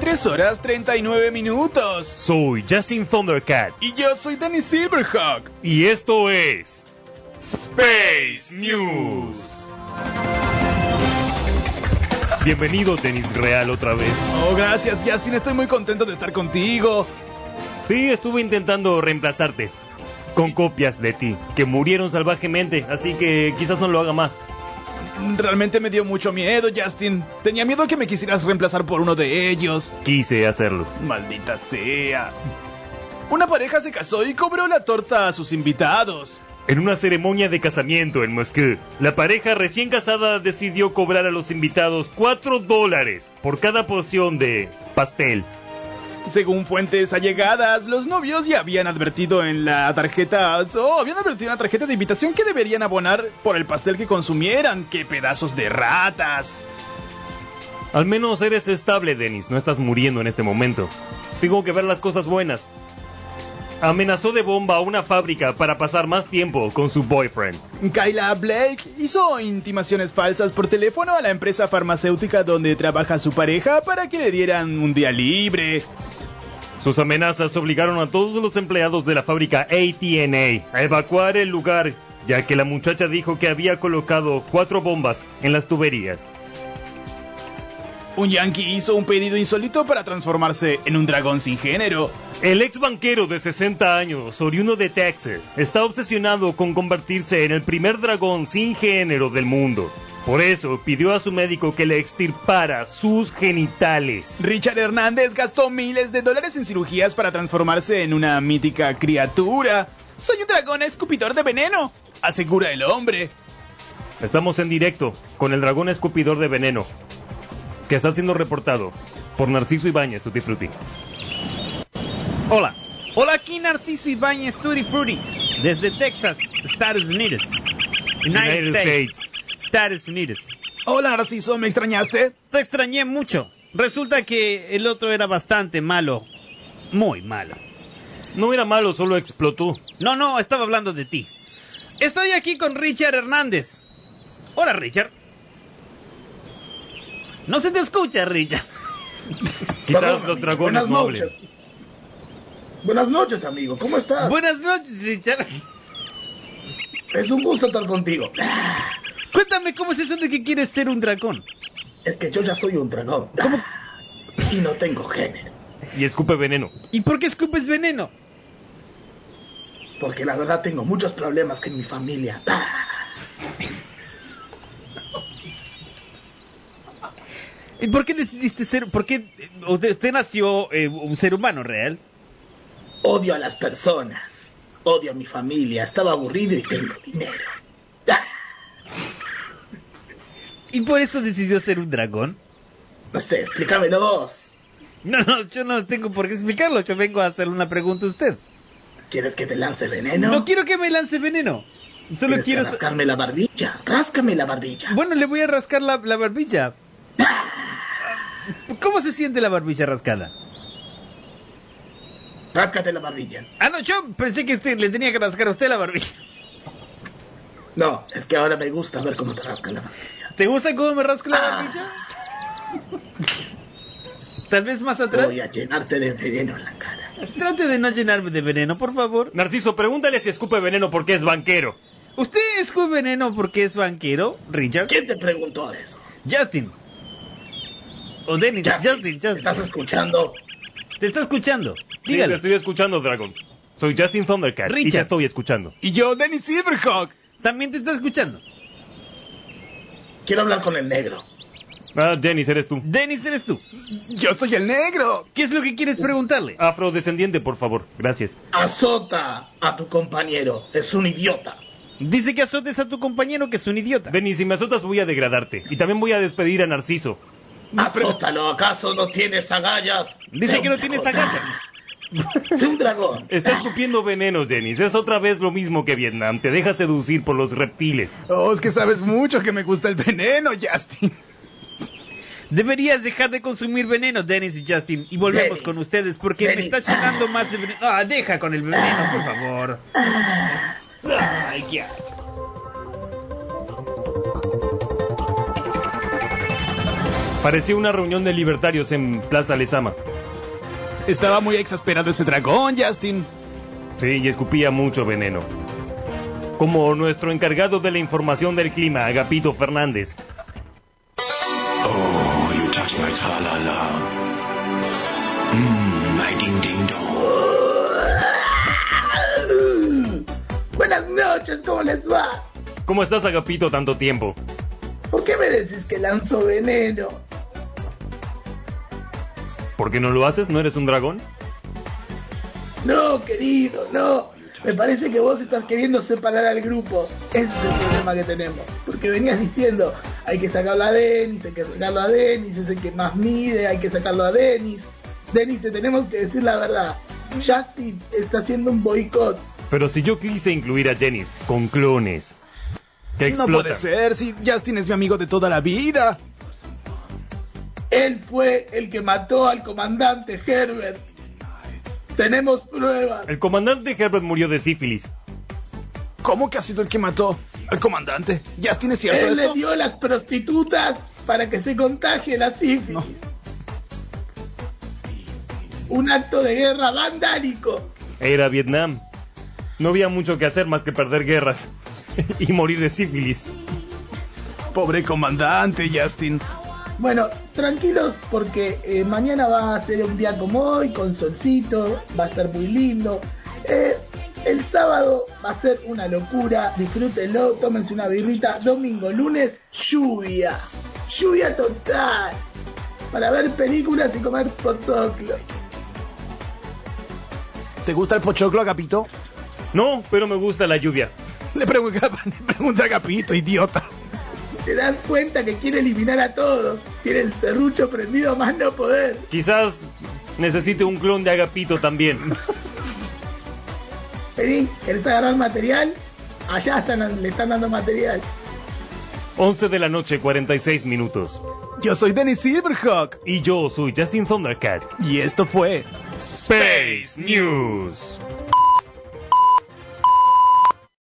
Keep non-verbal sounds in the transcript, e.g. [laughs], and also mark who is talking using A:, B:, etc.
A: 3 horas 39 minutos.
B: Soy Justin Thundercat
A: Y yo soy Danny Silverhawk.
B: y esto es Space News. Bienvenido Tenis Real otra vez.
A: Oh, gracias, Justin. Estoy muy contento de estar contigo.
B: Sí, estuve intentando reemplazarte con copias de ti que murieron salvajemente, así que quizás no lo haga más.
A: Realmente me dio mucho miedo, Justin. Tenía miedo que me quisieras reemplazar por uno de ellos.
B: Quise hacerlo.
A: Maldita sea. Una pareja se casó y cobró la torta a sus invitados.
B: En una ceremonia de casamiento en Moscú, la pareja recién casada decidió cobrar a los invitados 4 dólares por cada porción de pastel.
A: Según fuentes allegadas, los novios ya habían advertido en la tarjeta, oh, habían advertido en la tarjeta de invitación que deberían abonar por el pastel que consumieran. ¡Qué pedazos de ratas!
B: Al menos eres estable, Denis, no estás muriendo en este momento. Tengo que ver las cosas buenas. Amenazó de bomba a una fábrica para pasar más tiempo con su boyfriend.
A: Kyla Blake hizo intimaciones falsas por teléfono a la empresa farmacéutica donde trabaja su pareja para que le dieran un día libre.
B: Sus amenazas obligaron a todos los empleados de la fábrica ATNA a evacuar el lugar, ya que la muchacha dijo que había colocado cuatro bombas en las tuberías.
A: Un yankee hizo un pedido insólito para transformarse en un dragón sin género.
B: El ex banquero de 60 años, oriundo de Texas, está obsesionado con convertirse en el primer dragón sin género del mundo. Por eso pidió a su médico que le extirpara sus genitales.
A: Richard Hernández gastó miles de dólares en cirugías para transformarse en una mítica criatura. Soy un dragón escupidor de veneno, asegura el hombre.
B: Estamos en directo con el dragón escupidor de veneno, que está siendo reportado por Narciso Ibáñez Tutti Frutti.
C: Hola, hola aquí Narciso Ibáñez Tutti Frutti, desde Texas, Estados Unidos.
B: United
C: Estados Unidos.
A: Hola Narciso, ¿me extrañaste?
C: Te extrañé mucho. Resulta que el otro era bastante malo. Muy malo.
B: No era malo, solo explotó.
C: No, no, estaba hablando de ti. Estoy aquí con Richard Hernández. Hola, Richard. No se te escucha, Richard.
B: Quizás
D: Perdón,
B: los
D: amigo.
B: dragones
D: Buenas
B: no hablen.
D: noches. Buenas noches, amigo. ¿Cómo estás?
C: Buenas noches, Richard.
D: Es un gusto estar contigo.
C: Cuéntame cómo es eso de que quieres ser un dragón.
D: Es que yo ya soy un dragón.
C: ¿Cómo?
D: Y no tengo género.
B: Y escupe veneno.
C: ¿Y por qué escupes veneno?
D: Porque la verdad tengo muchos problemas que mi familia.
C: ¿Y por qué decidiste ser, por qué eh, usted, usted nació eh, un ser humano real?
D: Odio a las personas. Odio a mi familia. Estaba aburrido y tengo dinero.
C: ¿Y por eso decidió ser un dragón?
D: No sé, explícamelo vos.
C: No, no, yo no tengo por qué explicarlo, yo vengo a hacerle una pregunta a usted.
D: ¿Quieres que te lance veneno?
C: No, quiero que me lance veneno. Solo
D: ¿Quieres
C: quiero...
D: que rascarme la barbilla. Ráscame la barbilla.
C: Bueno, le voy a rascar la, la barbilla. ¿Cómo se siente la barbilla rascada?
D: Ráscate la barbilla.
C: Ah, no, yo pensé que usted, le tenía que rascar a usted la barbilla.
D: No, es que ahora me gusta ver cómo te rascan la barbilla.
C: ¿Te gusta cómo me rasca la barbilla? Tal vez más atrás.
D: Voy a llenarte de veneno en la cara.
C: Trate de no llenarme de veneno, por favor.
B: Narciso, pregúntale si escupe veneno porque es banquero.
C: ¿Usted es un veneno porque es banquero, Richard?
D: ¿Quién te preguntó eso?
C: Justin. O Dennis. Justin, Justin.
D: ¿Estás escuchando?
C: Te está escuchando.
B: Sí, te
C: Dígale.
B: estoy escuchando, Dragon. Soy Justin Thundercat y te
C: Richard.
B: estoy escuchando.
A: Y yo, Dennis Silverhawk.
C: También te está escuchando.
D: Quiero hablar con el negro.
B: Ah, Dennis, eres tú.
C: Dennis, eres tú.
A: Yo soy el negro.
C: ¿Qué es lo que quieres preguntarle?
B: Afrodescendiente, por favor. Gracias.
D: Azota a tu compañero. Es un idiota.
C: Dice que azotes a tu compañero que es un idiota.
B: Dennis, si me azotas voy a degradarte. Y también voy a despedir a Narciso.
D: Azótalo. ¿Acaso no tienes agallas?
C: Dice
D: Sé
C: que
D: un
C: no tienes
D: dragón.
C: agachas.
D: [laughs] Sé
C: [laughs]
D: un dragón.
C: Ah.
B: Está escupiendo veneno, Dennis. Es otra vez lo mismo que Vietnam. Te deja seducir por los reptiles.
A: Oh, es que sabes mucho que me gusta el veneno, Justin.
C: Deberías dejar de consumir veneno, Dennis y Justin. Y volvemos
D: Dennis.
C: con ustedes porque me
D: Dennis.
C: está llenando más de veneno. Ah, deja con el veneno, por favor. Ay, qué asco.
B: Parecía una reunión de libertarios en Plaza Lezama.
A: Estaba muy exasperado ese dragón, Justin.
B: Sí, y escupía mucho veneno. Como nuestro encargado de la información del clima, Agapito Fernández.
E: Oh, you touch my tra-la-la. Mmm, my ding-ding-dong.
D: Buenas noches, ¿cómo les va?
B: ¿Cómo estás, Agapito, tanto tiempo?
D: ¿Por qué me decís que lanzo veneno?
B: ¿Por qué no lo haces? ¿No eres un dragón?
D: No, querido, no. Me parece que vos estás queriendo separar al grupo. Ese es el problema que tenemos. Porque venías diciendo, hay que sacarlo a Denis, hay que sacarlo a Denis, es el que más mide, hay que sacarlo a Denis. Denis, te tenemos que decir la verdad. Justin está haciendo un boicot.
B: Pero si yo quise incluir a Jennys con clones. Que
A: No
B: explotan.
A: puede ser, si Justin es mi amigo de toda la vida.
D: Él fue el que mató al comandante Herbert. Tenemos pruebas.
B: El comandante Herbert murió de sífilis.
A: ¿Cómo que ha sido el que mató al comandante? ¿Justin es cierto
D: Él le
A: esto?
D: dio a las prostitutas para que se contagie la sífilis.
A: No.
D: Un acto de guerra vandálico.
B: Era Vietnam. No había mucho que hacer más que perder guerras [laughs] y morir de sífilis.
A: Pobre comandante, Justin.
D: Bueno, tranquilos porque eh, mañana va a ser un día como hoy, con solcito, va a estar muy lindo. Eh, el sábado va a ser una locura, disfrútenlo, tómense una birrita. Domingo, lunes, lluvia, lluvia total, para ver películas y comer pochoclo.
A: ¿Te gusta el pochoclo, Agapito?
B: No, pero me gusta la lluvia.
A: Le pregunta, [laughs] le pregunta a Agapito, idiota.
D: Te das cuenta que quiere eliminar a todos, tiene el serrucho prendido a más no poder.
B: Quizás necesite un clon de
A: [laughs]
B: Agapito también.
D: Vení, ¿querés agarrar material? Allá están, le están dando material.
B: 11 de la noche, 46 minutos.
A: Yo soy Dennis Silverhawk.
B: Y yo soy Justin Thundercat.
A: Y esto fue
B: Space News.